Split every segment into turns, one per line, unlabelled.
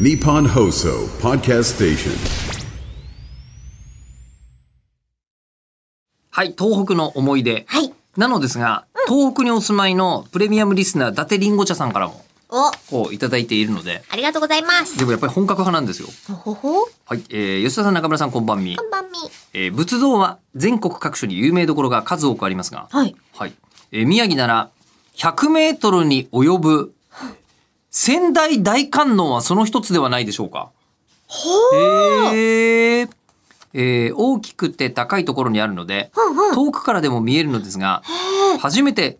Nippon Hoso Podcast Station.
はい、東北の思い出。
はい
なのですが、東北にお住まいのプレミアムリスナー、伊達りんご茶さんからも、
お、あ
こう、いただいているので、
りがとうございます。
でもやっぱり本格派なんですよ。
ほほほ、
はい、えー、吉田さん、中村さん、こんばんみ
こ。んばんみ。
えー仏像は全国各所に有名どころが数多くありますが、
はい。
はい。えー宮城なら、100メートルに及ぶ、仙台大観音はその一つではないでしょうか。ほえーえー大きくて高いところにあるので、遠くからでも見えるのですが、初めて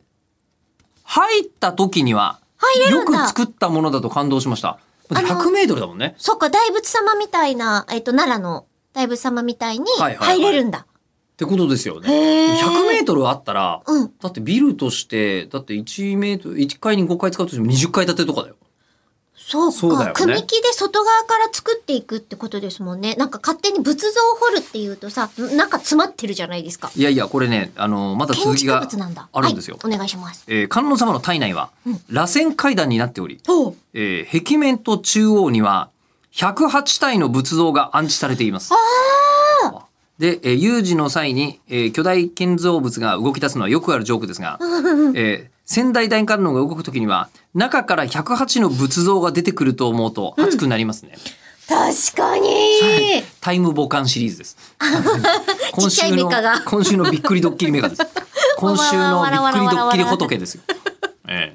入った時には、
入れ
よ
るん
く
だ
作ったものだと感動しました。
の
100メートルだもんね。
そっか、大仏様みたいな、えっ、と、奈良の大仏様みたいに
はいはいはい
入れるんだ。
ってことですよね。
へー
100メートルあったら、
うん
だってビルとして、だって1メートル、1階に5階使うとしても20階建てとかだよ。
そうか
そうだよね
組木で外側から作っていくってことですもんね。なんか勝手に仏像を掘るっていうとさ、なんか詰まってるじゃないですか。
いやいや、これね、あの、まだ
建
続き
築
が
物なんだ。
あるんですよ。
はい、お願いします。
えー観音様の体内は、螺旋階段になっており、
おう
えー壁面と中央には、108体の仏像が安置されています。で、えー有事の際に、えー巨大建造物が動き出すのはよくあるジョークですが、えー仙台大観音が動くときには、中から108の仏像が出てくると思うと熱くなりますね。
確かに。
タイムボカンシリーズです。今
ちっちゃいメカが
今週のびっくりドッキリメカです。今週のびっくりドッキリ仏ですよ。え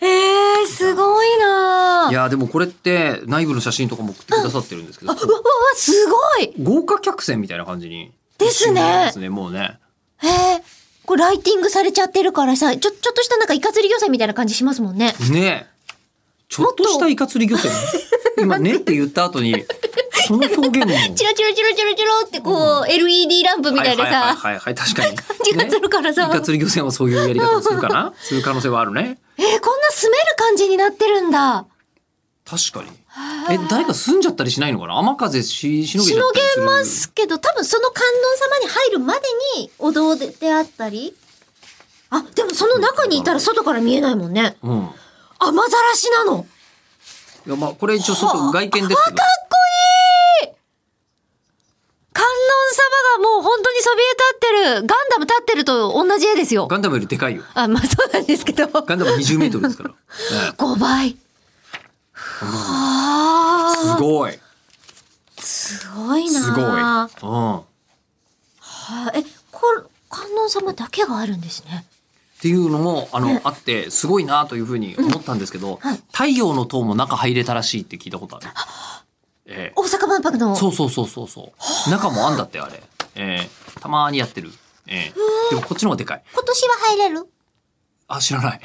えー、すごいな
え、い
ー
やでもこれって内部の写真とかも送ってくださってるんですけど、
うわわわ、すごい
豪華客船みたいな感じに。
ですね
ですね、もうね。
へえ。これライティングされちゃってるからさ、ちょ、ちょっとしたなんかイカ釣り漁船みたいな感じしますもんね。
ねえ。ちょっとしたイカ釣り漁 船。今ねって言った後に、その表現も。
チロチロチロチロチロってこう、LED ランプみたいな
はいはい
さ、
はいはい、確かに。
じがするからさ
ねイカ釣り漁船はそういうやり方をするかな する可能性はあるね。
えー、こんな住める感じになってるんだ。
確かに。え、誰か住んじゃったりしないのかな雨風し、しのげ
し
ちゃっ
の
たりす
げ
る。
ますけど、多分その観音様に入るまでにお堂であったり。あ、でもその中にいたら外から見えないもんね。
うん。い
雨ざらしなの。
や、まあ、これ一応外、外見ですけど。
観音様がもう本当にそびえ立ってる、ガンダム立ってると同じ絵ですよ。
ガンダムよりでかいよ。
あ、まあそうなんですけど。
ガンダム20メートルです から。え
5倍。は
えすごい。
あ、すごいな
すごい。うん。
あ
っ
え、こ観音様だけがあるんですね。
ていうのも、あの、あって、すごいなというふうに思ったんですけど、太陽の塔も中入れたらしいって聞いたことある。ええ
大阪万博の。
そうそうそうそうそう。中もあんだって、あれ。ええたまーにやってる。ええでもこっちの方がでかい。
今年は入れる
あ、知らない。